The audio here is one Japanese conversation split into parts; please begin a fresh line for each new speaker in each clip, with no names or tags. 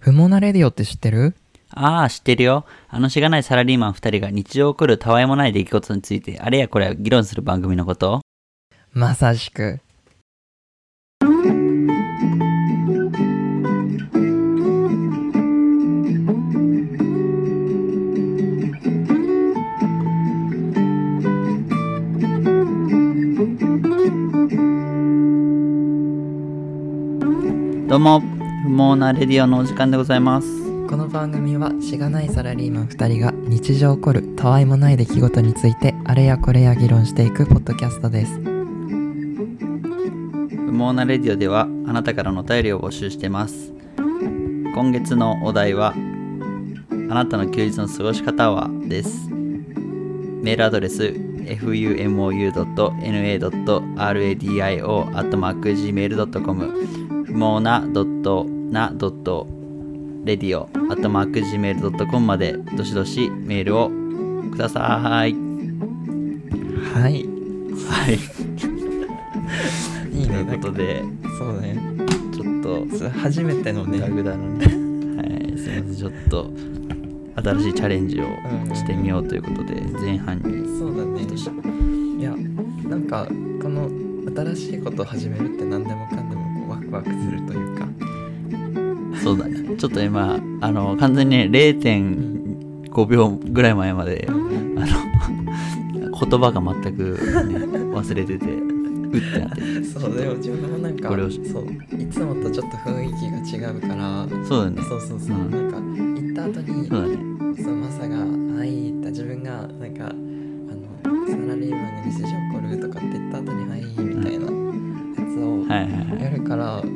不毛なレディオって知ってる
ああ、知ってるよ。あのしがないサラリーマン2人が日常起こるたわいもない出来事について、あれやこれや議論する番組のこと
まさしく。
どうも、不毛なレディオのお時間でございます。
この番組はしがないサラリーマン2人が日常起こるたわいもない出来事についてあれやこれや議論していくポッドキャストです。
不毛なレディオでは、あなたからのお便りを募集してます。今月のお題は、あなたの休日の過ごし方はです。メールアドレス、fumou.na.radio.gmail.com 不毛な .na.radio.gmail.com までどしどしメールをください。
はい。
はい。
いい
とい
ね。
うことで、
そうね。
ちょっと、
初めての
グダグダのね。はい、すみません、ちょっと、新しいチャレンジをしてみようということで、前半に。
そうだね。いや、なんかこの新しいことを始めるって何でもかんでもこうワクワクするというか。
そうだね。ちょっと今、あの、完全にね0.5秒ぐらい前まで、あの、言葉が全く、ね、忘れてて、うってなって。
そうでも自分もなんか
これを
そういつもとちょっと雰囲気が違うから。
そうだね。
そうそうそう、
うん
なんか行った後に、
そうだね。
そうマサが「はい」って自分がなんかあのサラリーマンの日常起こるとかって言った後に「はい」みたいなやつを
はいはいはい。
やるから、あな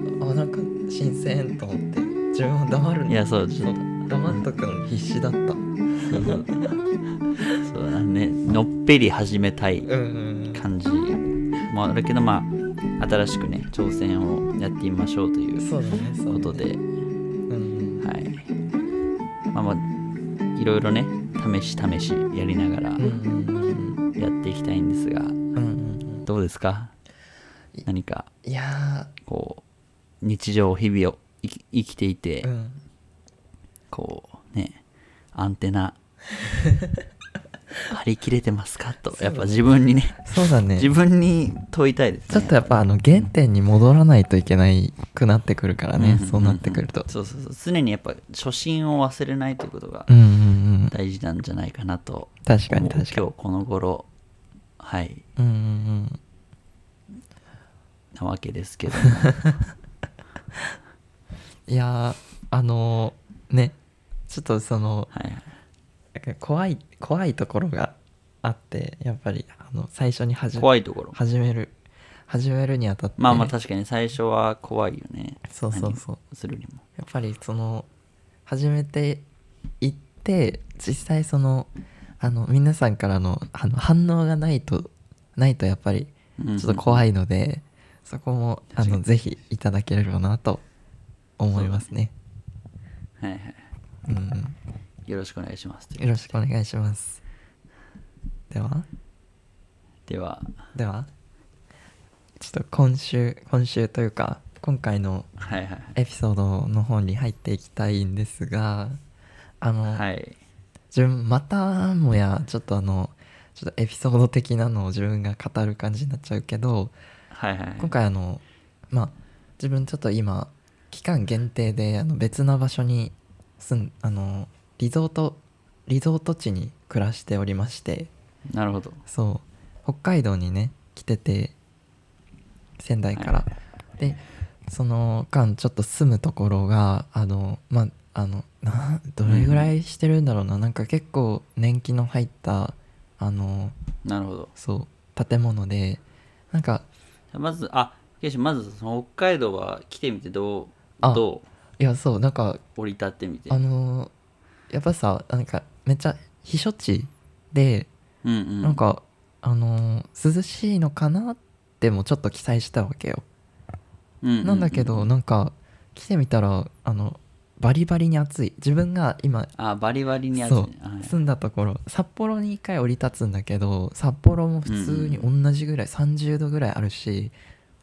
んか新鮮と思って自分も黙るの
いや、そう、ち
そ
ょっ
う
と。
黙っとくの必死だったうん
そうそうそうだね。のっぺり始めたい
うん
感じもあるけど、まあ、新しくね、挑戦をやってみましょうといううん
そうだねそうだね
ことで、
うん
はい。まあまあ、いろいろね、試し試しやりながら
うんうんうん
やっていきたいんですが、
うんうん
どうですか
い
何か、
いや
こう、日常、日々を生き生きていて
ー、うん
こう、ね、アンテ ナ、張り切れてますかと、やっぱ自分にね、
そうだね
自分に問いたいですね。
ちょっとやっぱあの原点に戻らないといけないくなってくるからね、そうなってくると。
そうそうそう常にやっぱ初心を忘れないということが
うんうんうん。
大事なんじゃないかなと
確か
思う、
に確かに。
今日この頃はい
うんうん
なわけですけど
うん。いやー、あのーね、ちょっとその、
はい
怖い、怖いところがあって、やっぱり、あの、最初に始め
怖いところ
始める、始めるにあたって、
まあまあ確かに最初は怖いよね
そうそうそう。
何するにも
やっぱりその始めていって実際そのあの皆さんからのあの反応がないとないとやっぱり
うん
ち
う
ょ
ん
っと怖いので、そこもあ
確か
の
に
ぜひいただければなと思いますね。
はいはい
うんうん
よろしくお願いします
よろしくお願いします。では
では
ではちょっと今週今週というか今回の
はいはい
エピソードの方に入っていきたいんですがあの、
はいはい
自分またもやちょっとあのちょっとエピソード的なのを自分が語る感じになっちゃうけど
はいはい
今回あのまあ自分ちょっと今期間限定であの別な場所に住んあのリゾートリゾート地に暮らしておりまして
なるほど
そう北海道にね来てて仙台から、
はい
でその間ちょっと住むところがあのまああのなどれぐらいしてるんだろうな、なんか結構年季の入ったあの
なるほど
そう建物でなんか
まずあケイシまずその北海道は来てみてど
あ
うど
いやそうなんか
う降り立ってみて
あのやっぱさなんかめっちゃ避暑地で
うんうん
なんか、あの涼しいのかなってもちょっと期待したわけよ
ううう
なんだけどなんか来てみたらあのバリバリに暑い自分が今
あバリバリに暑い
そう
ねはい
住んだところ札幌に一回降り立つんだけど札幌も普通に同じぐらい30度ぐらいあるし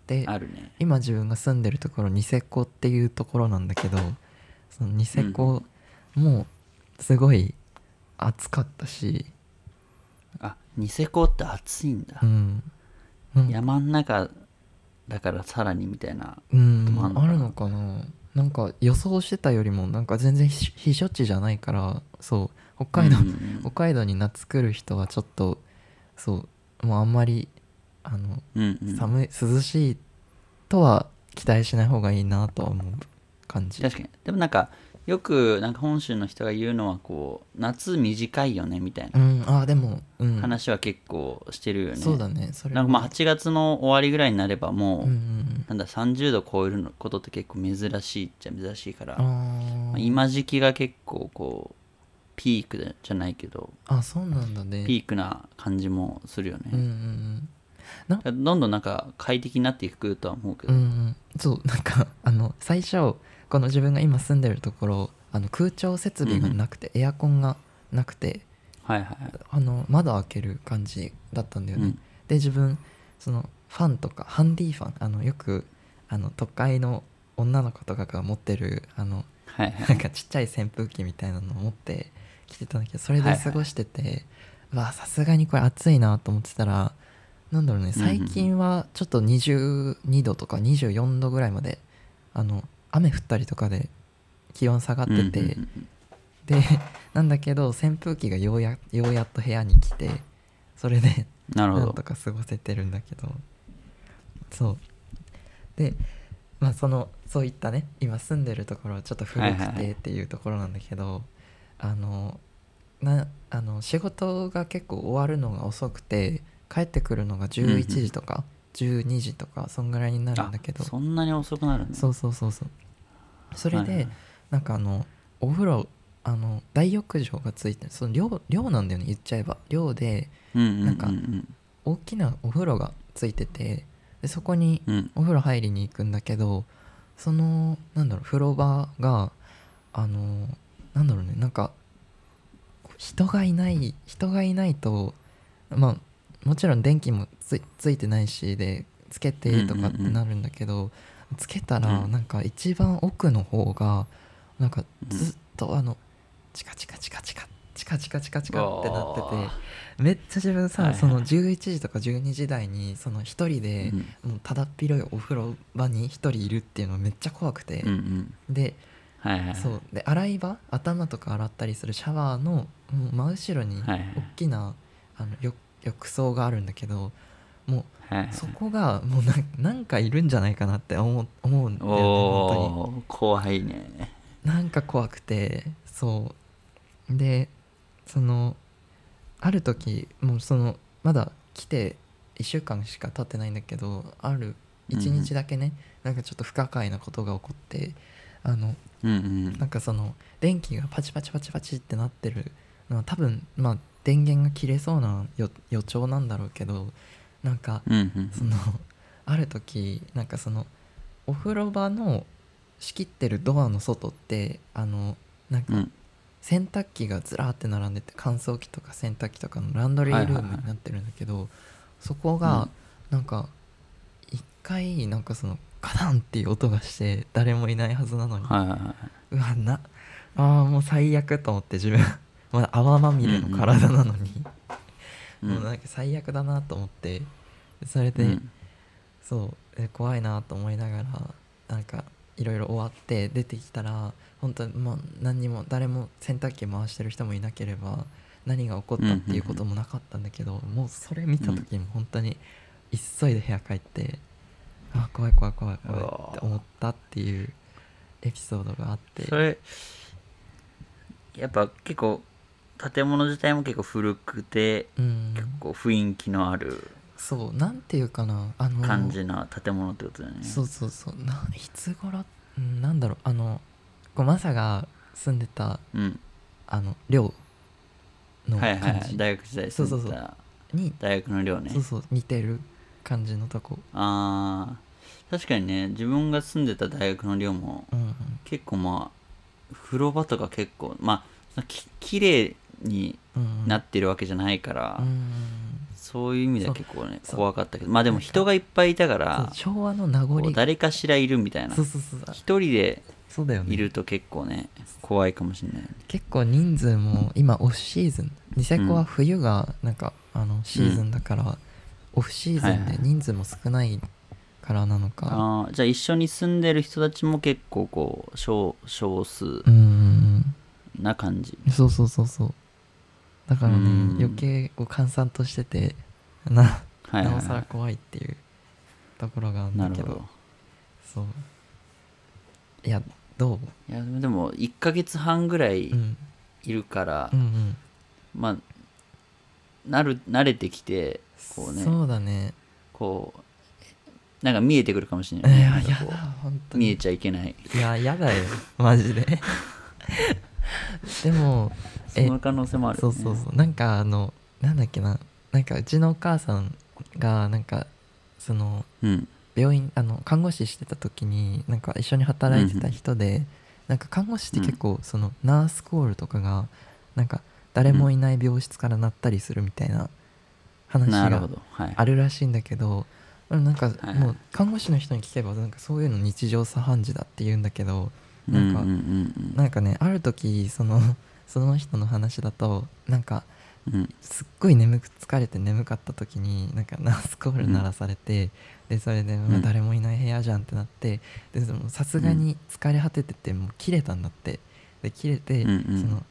で
あるね
今自分が住んでるところニセコっていうところなんだけどそのニセコ、もうすごい暑かったし、
あニセコって暑いんだ、
うん、なんか
山ん中だからさらにみたいな
うん
もあんのか
あ
な
るのかななんか予想してたよりもなんか全然避避暑地じゃないからそう北海道、
うんうん
北海道に夏来る人はちょっとそうもうあんまりあの
うんうん
寒い、涼しいとは期待しない方がいいなとは思う感じ
確かにでもなんかよくなんか本州の人が言うのはこう夏短いよねみたいな
うんあーでも、うん、
話は結構してるよね、
そうだねそれ
なんかまあ8月の終わりぐらいになればもう、
うんうん
なんだ30度超えるのことって結構珍しいっちゃ珍しいから、
う
ま
んあ
あ
ー
今時期が結構こうピークじゃないけど
あそうなんだね
ピークな感じもするよね、
うんうん
どんどんなんか快適になっていくとは思うけ
う
ど、
んうんうんそうなんかあの最初この自分が今住んでるところあの空調設備がなくて、エアコンがなくて
はいはいはい、
あの窓開ける感じだったんだよ
う
ね、
ん
で自分そのファンとかハンディファンあのよくあの都会の女の子とかが持ってるあの
はいは
ないんかちっちゃい扇風機みたいなのを持って来てたんだけどそれで過ごしてて、うわさすがにこれ暑いなと思ってたらなんだろうね
うんうんうん
最近はちょっと22度とか24度ぐらいまであの雨降ったりとかで気温下がってて、
うんうんうん
でなんだけど扇風機がようやようやっと部屋に来てそれで
なるほ
なん
ど
とか過ごせてるんだけどそうでまあそのそういったね今住んでるところちょっと古
はい
く
はいはい
てっていうところなんだけど、あのなあの仕事が結構終わるのが遅くて帰ってくるのが11時とか12時とかそんぐらいになるんだけど
あそんなに遅くなるんだ
そうそうそうそうそれ
はいはい
でなんかあのお風呂あの大浴場がついてるその寮寮なんだよね言っちゃえば寮で
うんうんうんうん
なんか大きなお風呂がついててでそこに
うん
お風呂入りに行くんだけどそのなんだろう風呂場があのなんだろうねなんか人がいない人がいないとまあもちろん電気もつついてないしでつけてとかってなるんだけど、つけたら
うん
なんか一番奥の方がなんかずっとあのチカチカチカチカチカチカチカチカってなって
う
て
わ。
めっちゃ自分さ、
はいはい
その11時とか12時台にその一人で
うん、
もうただっ広いお風呂場に一人いるっていうのめっちゃ怖くて、
うんうん
で
はいはいはい
そうで洗い場頭とか洗ったりするシャワーのもう真後ろに
は
大
いはい
きな、あの浴浴槽があるんだけども
はいはいう
そこがもうなんなんかいるんじゃないかなって思う思うんだよね本当に。
おお怖いね
なんか怖くてそうでそのある時もうそのまだ来て1週間しか経ってないんだけどある1日だけね、なんかちょっと不可解なことが起こってあの
うんうん
なんかその電気がパチパチパチパチってなってるのは多分まあ電源が切れそうな予予兆なんだろうけどなんか
うんうん
そのある時なんかそのお風呂場の仕切ってるドアの外ってあのなん
う
か
ん
洗濯機がずらーって並んでて乾燥機とか洗濯機とかのランドリールームになってるんだけど、そこ
う
が
ん
なんか一回なんかそのカタンっていう音がして誰もいないはずなのに、
はいはいは
うわなあーもう最悪と思って自分 まだ泡まみれの体なのに、
い
もうなんか最悪だなと思ってそれで。
うん
そうで怖いなと思いながらなんかいろいろ終わって出てきたら本当にもう何にも誰も洗濯機回してる人もいなければ何が起こったっていうこともなかったんだけど、もうそれ見た時も本当に急いで部屋帰って、あ怖い怖い怖い怖いって思ったっていうエピソードがあって
それやっぱ結構建物自体も結構古くて
うん
結構雰囲気のある
そうなんていうかなあの
感じな建物ってことだよね
そうそうそうないつ頃うんなんだろうあのこうマサが住んでた
うん
あの寮の
はいはいは
感
い
じ
大学時代
そうそ
住
うんそう
でた
に
大学の寮ね
そうそう似てる感じのとこ
あー確かにね自分が住んでた大学の寮も
うんうん
結構まあ風呂場とか結構まあき綺麗に
うんうん
なってるわけじゃないから、
うんうん
そういう意味では結構ね
そう
怖かったけどまあでも人がいっぱいいたか
うんそう
ら
昭和の名残
こう誰かしらいるみたいな
そうそうそう
一人で
そうだよね
いると結構ね怖いかもしれない
結構人数も今オフシーズンニセコは冬がなんか、あのシーズンだから、オフシーズン
はい
で
はい
人数も少ないからなのか、
あーじゃあ一緒に住んでる人たちも結構こう少少数
うんうん
な感じ、
うんそうそうそうそうだからね、
うん
余計こう閑散としててな
はいはい
なおさ
は
ら怖いっていうところがある
い
んだ
なる
け
ほ
ど
ど
そういやど
いやでも1ヶ月半ぐら
う、
い
うん、
いるから、
うんうん
まあなる慣れてきてこうね
そうだね
こうなんか見えてくるかもしれ
い
ない,、
や
なん
や
かこ
だ本
う
当
見
に
えちゃいけない
いややだよマジででも
そ
え
の可能性もある、ね、
そうそうそうなんかあのなんだっけななんかうちのお母さんがなんかその
うん
病院あの看護師してた時になんか一緒に働いてた人で、なんか看護師って結構そのナースコールとかがなんか誰もいない病室から鳴ったりするみたいな話
なる
が
ほどはい
あるらしいんだけどなんか
はい
もう看護師の人に聞けばなんかそういうの日常茶飯事だって言うんだけどなんか
うんうん
なんかねある時そのその人の話だとなんか
うんうん
すっごい眠く疲れて眠かった時になんかナースコール鳴らされて、でそれで、まあ
うん
誰もいない部屋じゃんってなってでそのさすがに疲れ果てててもう切れたんだってで切れて、
うんうん
その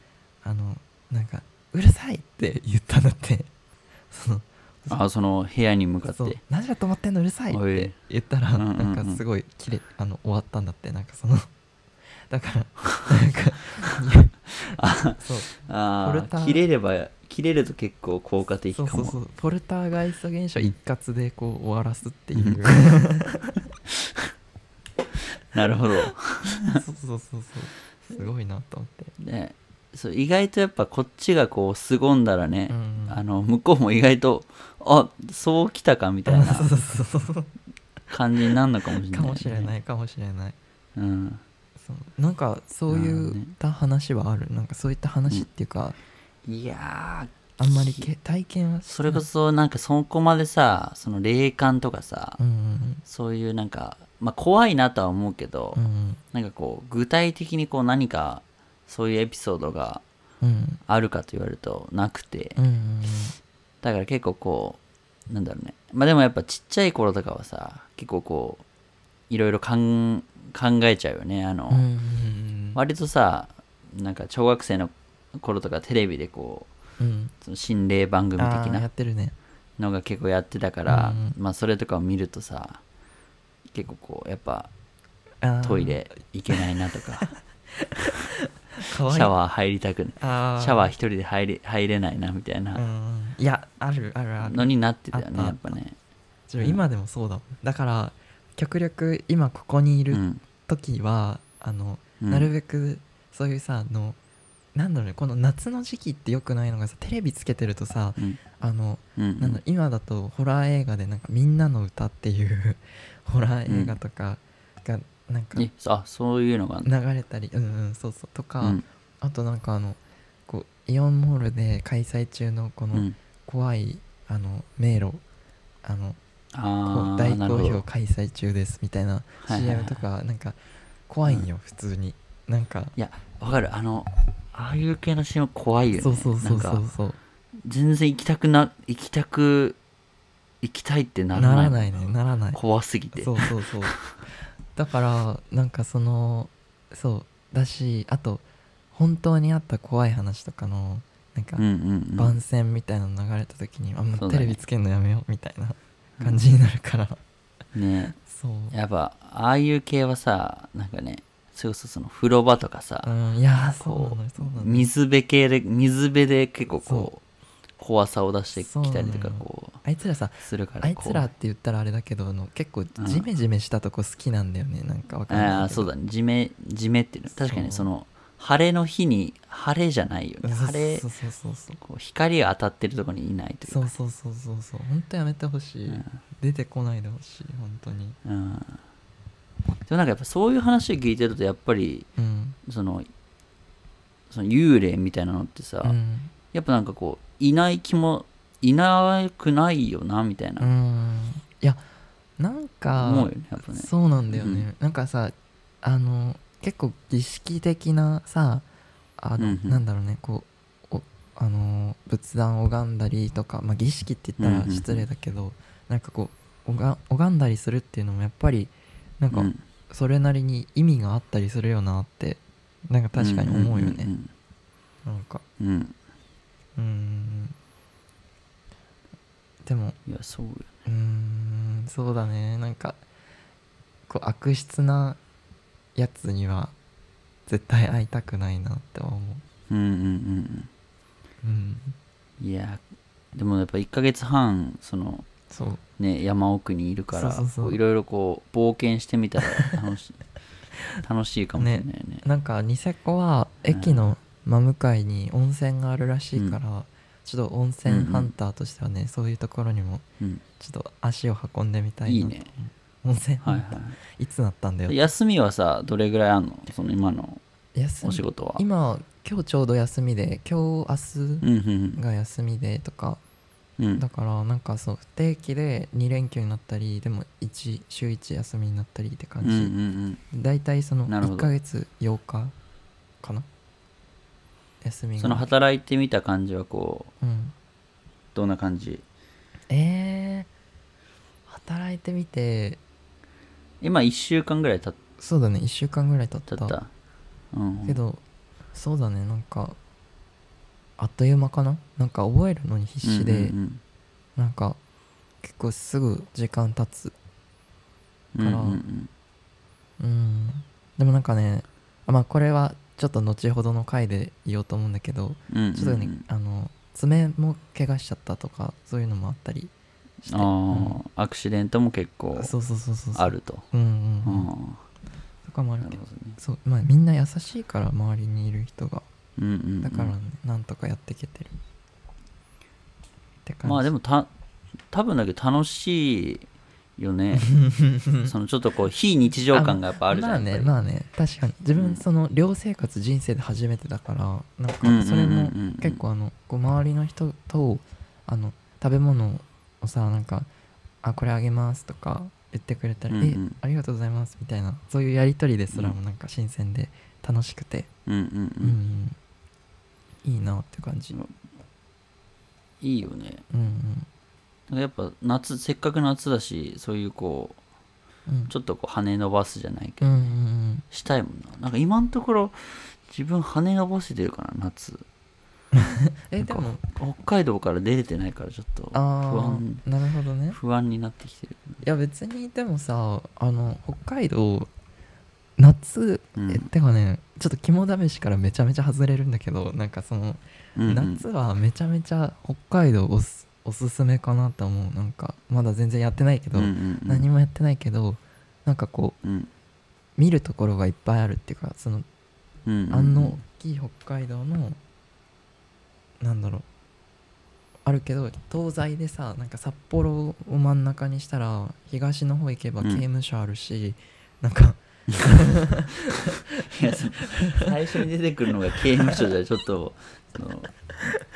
あのなんか「うるさい!」って言ったんだってその
あその部屋に向かっ
そう
て
何時だと思ってんのうるさいっ
おい
て言ったら
うんうん
な
うん
んかすごい切れあの終わったんだってなんかそのだからなん かそう
あ
ポルタ
あ
ー
切れれば切れると結構効果的か
そう
も
そうそうポルターガイスト現象一括でこう終わらすっていう
なるほど
そうそうそうそうすごいなと思って
ねそう意外とやっぱこっちがこう凄んだらね、
うんうん
あの向こうも意外とあそうきたかみたいな
そうそうそうそう
感じになるのかもしれない、、
かもしれないいかもしれない
うん、
そうなんかそう
なるほど
い
ね
った話はあるなんかそういった話っていうか、
いや
あんまりけ体験は
ー
し
それこそなんかそこまでさその霊感とかさ、
うんうん
そういうなんか、まあ、怖いなとは思うけど、
うんうん
なんかこう具体的にこう何かそういうエピソードが
うん
あるかと言われるとなくて、
うんうん
だから結構こうなんだろうねまあでもやっぱちっちゃい頃とかはさ結構こういろいろかん考えちゃうよねあの、
うんうんうん
割とさなんか小学生の頃とかテレビでこ
うん
うその心霊番組
あ
的
ーやっ
な
てるね
のが結構やってたから、
うん
まあそれとかを見るとさ結構こうやっぱ
あー
トイレ行けないなと か
かわいい
シャワー入りたくない
あ
シャワー
ー
一人で入り入れないなみたい
うん
な
うんいやあるあるある
のになってたよ
あ
ね
った
やっぱね
自分今でもそうだもんだから極力今ここにいる
うん
時は、あの
うん
なるべくそういうさあのなんだろうねこの夏の時期ってよくないのがさテレビつけてるとさ
うん
あの、
うんうん
なんだろう今だとホラー映画でなんか「みんなの歌っていう ホラー映画とかがなんか
え
流
あそういうのがあんだ
れたりうんうんそうそうとか、
うん
あとなんかあのこうイオンモールで開催中のこ
う
の
ん
怖い、あの迷路あのこ
あ
う
あ
大好評開催中ですみたいな
はいはいはい
CM とかなんか怖いんよ普通になんか
いやわかるあのああいう系の CM 怖いよね
そうそうそうそ
なん
う
か
そう
全然行きたくな行きたく行きたいってなら
な
ない
らないねならない
怖すぎて
そうそう そうだからなんかそのそうだしあと本当にあった怖い話とかのなんか
うんうんうん
番宣みたいなの流れた時に、あも
そうう
テ
だね
レビつけるのやめようみたいな感じになるから、
ね
そう
やっぱああいう系はさなんかねそれこそその風呂場とかさ、
うんいやーそうな
こ
のよそうなのよ
水辺系で水辺で結構
そ
こう怖さを出してきたりと
そうな
か
のよ
こ
あいつらさ
うするから
あい
こ
つ
う
らって言ったらあれだけどあの結構ジメジメしたとこ好きなんだよね、なんかわかんないけど
ああそうだねじめじめっていうの
そう
確かにその晴れの日に晴れじゃないよ
う
ね
ん
晴れ
そうそうそうそう
こう光が当たってるところにいないというか
そうそうそうそうそう本当やめてほしい、
うん
出てこないでほしい本当に
うん、でもなんかやっぱそういう話を聞いてるとやっぱり
うん
そのその幽霊みたいなのってさ、
うん
やっぱなんかこういない気もいなくないよなみたいうなん
いやなんか
思うよねやっぱね
そうなんだよね、
うん
なんかさあの結構儀式的なさあの、
うんうん
なんだろうねこうおあのー仏壇拝んだりとか、まあ、儀式って言ったら失礼だけど、なんかこう拝拝んだりするっていうのもやっぱりなんか
うん
それなりに意味があったりするよなってなんか確かに思うよね、
ん
なんか
うんうんうん
うーんでも
いやそうよ
うーんそうだねなんかこう悪質なやつには絶対会いたくないなって思う
うんうんうん
うん
うんいやでもやっぱ1ヶ月半その
そう
ね山奥にいるから
そうそうそう
こういろいろこう冒険してみたら楽 し楽しいかもしれないね
なんかニセコは駅の真向かいに温泉があるらしいから、ちょっと温泉ハンターとしてはね、そういうところにも
うん
ちょっと足を運んでみたいない
いね
温泉ハ
はい
ンター、、
はい
つなったんだよ
い休みはさどれぐらいあんのその今の
休み
お仕事は
今今日ちょうど休みで今日明
うん
日が休みでとか、
うんうん
だからなんかそう不定期で2連休になったりでも1週1休みになったりって
う
感
んう
じ、
ん
だいたいその
なるほ
1
ど
ヶ月8日かな休
う
み
ん
が
その働いてみた感じはこう
うん
どんな感じ
えー、働いてみて
今1週間ぐらい経っ
そうだね1週間ぐらい経った
経ったうん
けどそうだねなんかあっという間かななんか覚えるのに必死で、
うんうん
なんか結構すぐ時間経つ
うん
から
うんうん
うんでもなんかねあまあこれはちょっと後ほどの回で言おうと思うんだけど
うんうん
ちょっとね、あの爪も怪我しちゃったとかそういうのもあったりして
ああアクシデントも結構
うんそうそうそうそうそう
あると
うん
あ
うん、うん、
あ
とかもある
な
け
る
ど
ほどね
そうまあみんな優しいから周りにいる人が
うんうんうん
だからね、なんとかやっていけてるって感じ
まあでもた多分だけど楽しい よねそのちょっとこう非日常感がやっぱあるじゃ
ま
な
あ
い
ねまあね確かに自分その寮生活人生で初めてだからなんかそれ
うんうん
も
うんうん
結構あのこう周りの人とあの食べ物をさなんか「あこれあげます」とか言ってくれたら「
うんうん
えありがとうございます」みたいなそういうやり取りですら
う
もなんか新鮮で楽しくて、
うんうん
う
うんん
いいなって感じ、
う
うんん
いいよね
うん
なんかやっぱ夏せっかく夏だしそういうこ
うん、
うちょっとこう羽伸ばすじゃないけ
うん
ど、
うんうん
したいもんななんか今のところ自分羽伸ばせてるかな夏
えでも
北海道から出れてないからちょっと不
あ
安
あなるほどね
不安になってきてる
いや別にでもさあの北海道夏、
うん
えてかねちょっと肝試しからめちゃめちゃ外れるんだけどなんかその、
うんうん
夏はめちゃめちゃ北海道おすおすすめかなと思うなんかまだ全然やってないけど、
うんうんうん
何もやってないけどなんかこう
うん
見るところがいっぱいあるっていうかその
うんうんうん
あの大きい北海道のなんだろうあるけど東西でさなんか札幌を真ん中にしたら東の方行けば
うん
刑務所あるし、なんか
いやその 最初に出てくるのが刑務所じゃちょっとその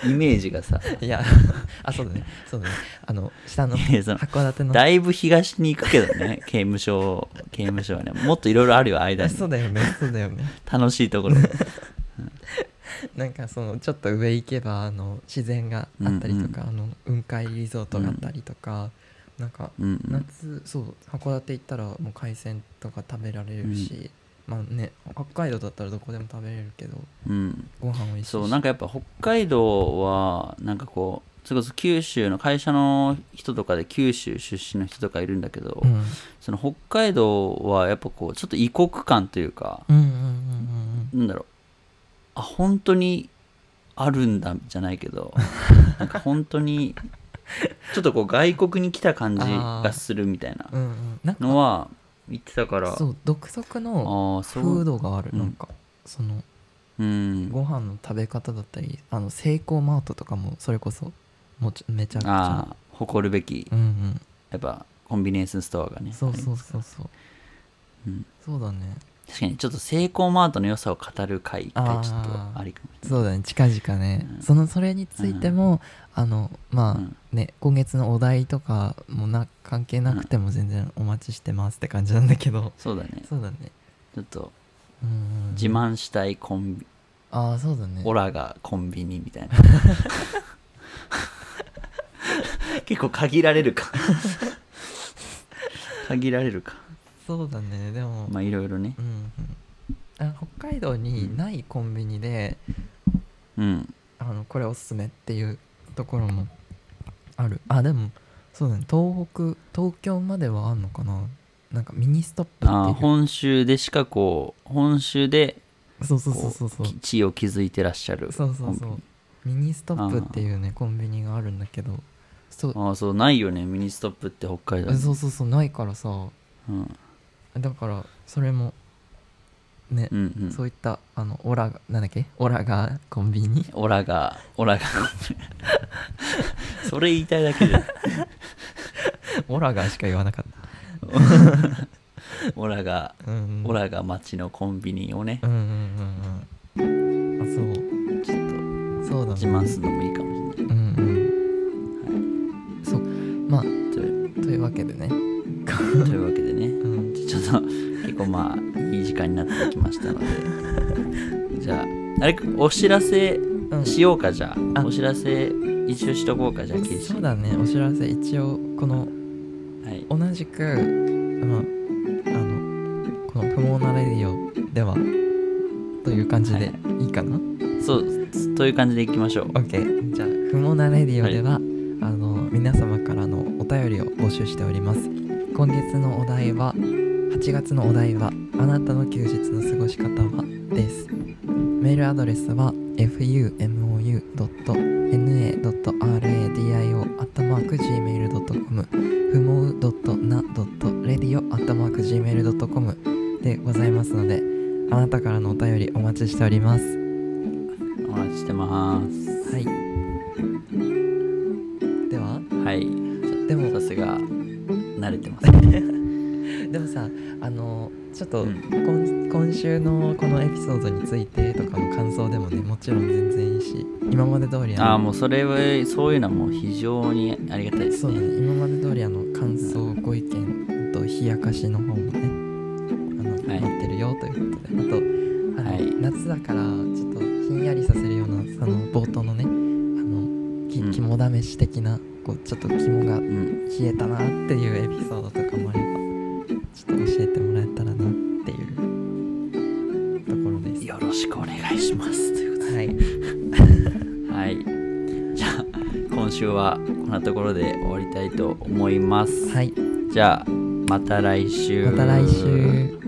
イメージがさ
いや あそうだねそうだねあの下の
いやその
函館の
だいぶ東に行くけどね刑務所刑務所はねもっといろいろあるよ間
あ
に
そうだよねそうだよね
楽しいところ
なんかそのちょっと上行けばあの自然があったりとか、あの雲海リゾートがあったりとか、なんか
うんうん
夏そう函館行ったらもう海鮮とか食べられるし、まあね北海道だったらどこでも食べれるけど
うん
ご飯美味しいし
そうなん
か
かやっぱ北海道はなんかこうそれこそ九州の会社の人とかで九州出身の人とかいるんだけど、
うん、うん
その北海道はやっぱこうちょっと異国感というか、
うんうんうん
なんだろうあ本当にあるんだじゃない けどなんか本当にちょっとこう外国に来た感じがするみたいな
うんうんうんなんか
のは言ってたから
そう独特
あ
の
ーそう
風土がある
うん
なんかその
うん
ご飯の食べ方だったりあのセイコーマートとかもそれこそもうちょめちゃくち
あ
ゃ
あ誇るべき
うん
やっぱコンビニエンスストアが
う
ね
んそうそうそうそう
うん
そうだね
確かにちょっとセイコーマートの良さを語る回ってちょっとありかもしれない
そうだね近々ね、
うん
そのそれについても、あのま
うん
あね、今月のお題とかもな関係なくても全然お待ちしてますって感じなんだけど、
そうだね
そうだね
ちょっと
うんうん
自慢したいコンビ
ああそうだね
オラがコンビニみたいな結構限られるか限られるか
そうだねでも、
まあいろいろね
うんうん、あ北海道にないコンビニで、
うん
あのこれおすすめっていうところもあるあでもそうだね東北東京まではあんのかななんかミニストップ
あー
っていう
本州でしかこう本州で
そうそうそうそうそう
き地位を築いてらっしゃる
そうそう
コ
そ
ン
うミニストップっていうねコンビニがあるんだけどそう
ビニああそうないよねミニストップって北海道に
そうそうそうないからさ
うん
だからそれもね
う、んう
そ
ん
ういったあのオラがなんだっけオラがコンビニ
オラがオラがそれ言いたいだけで
オラがしか言わなかっ
オラが
た。うん
オラが町のコンビニをね
うんうんうんうん。
ちょっと
あ、そう。そうだ
自
ね。
慢するのもいいかもしれない
うんうん。そう。まあ、
という
というわけでね。
というわけでね
うん。
ちょっと結構まあいい時間になってきましたのでじゃああれお知らせ
うん
しようかじゃあ
あ
お知らせ一応しとこうかじゃあケイシ
そう
ー
だね。お知らせ、一応、この、
はい
同じく、まあ、あの、この不毛なレディオでは、という感じでいいかな、
そうという感じでいきましょう
?OK。じゃあ、不毛なレディオでは、あの、皆様からのお便りを募集しております。今月のお題は、8月のお題は、あなたの休日の過ごし方はです。メールアドレスは、fumou.na.radio.gmail.com 不毛 .na.radio.gmail.com でございますので、あなたからのお便りお待ちしております。
お待ちしてます
はい。では、
はい
でも
さすが慣れてますね
でもさあのちょっと、
うん
今今週のこのエピソードについてとかの感想でもねもちろん全然いいし今まで通り
あ
あ
あ
の
もうそれはそういうのはもう非常にありがたいです
そうだ
ね
ね今まで通りあの感想ご意見と冷やかしの方もねあの、
はい
待ってるよということであとあの、
はい
夏だからちょっとひんやりさせるようなその冒頭のねあのき
うん
肝試し的な、こうちょっと肝が
うん
冷えたなっていうエピソードとかもあればちょっと教えてもらえたらなっていうところです
よろしくお願いしますということで
はい
はい。じゃあ、今週はこんなところで終わりたいと思います。
はい
じゃあ、また来週。
また来週。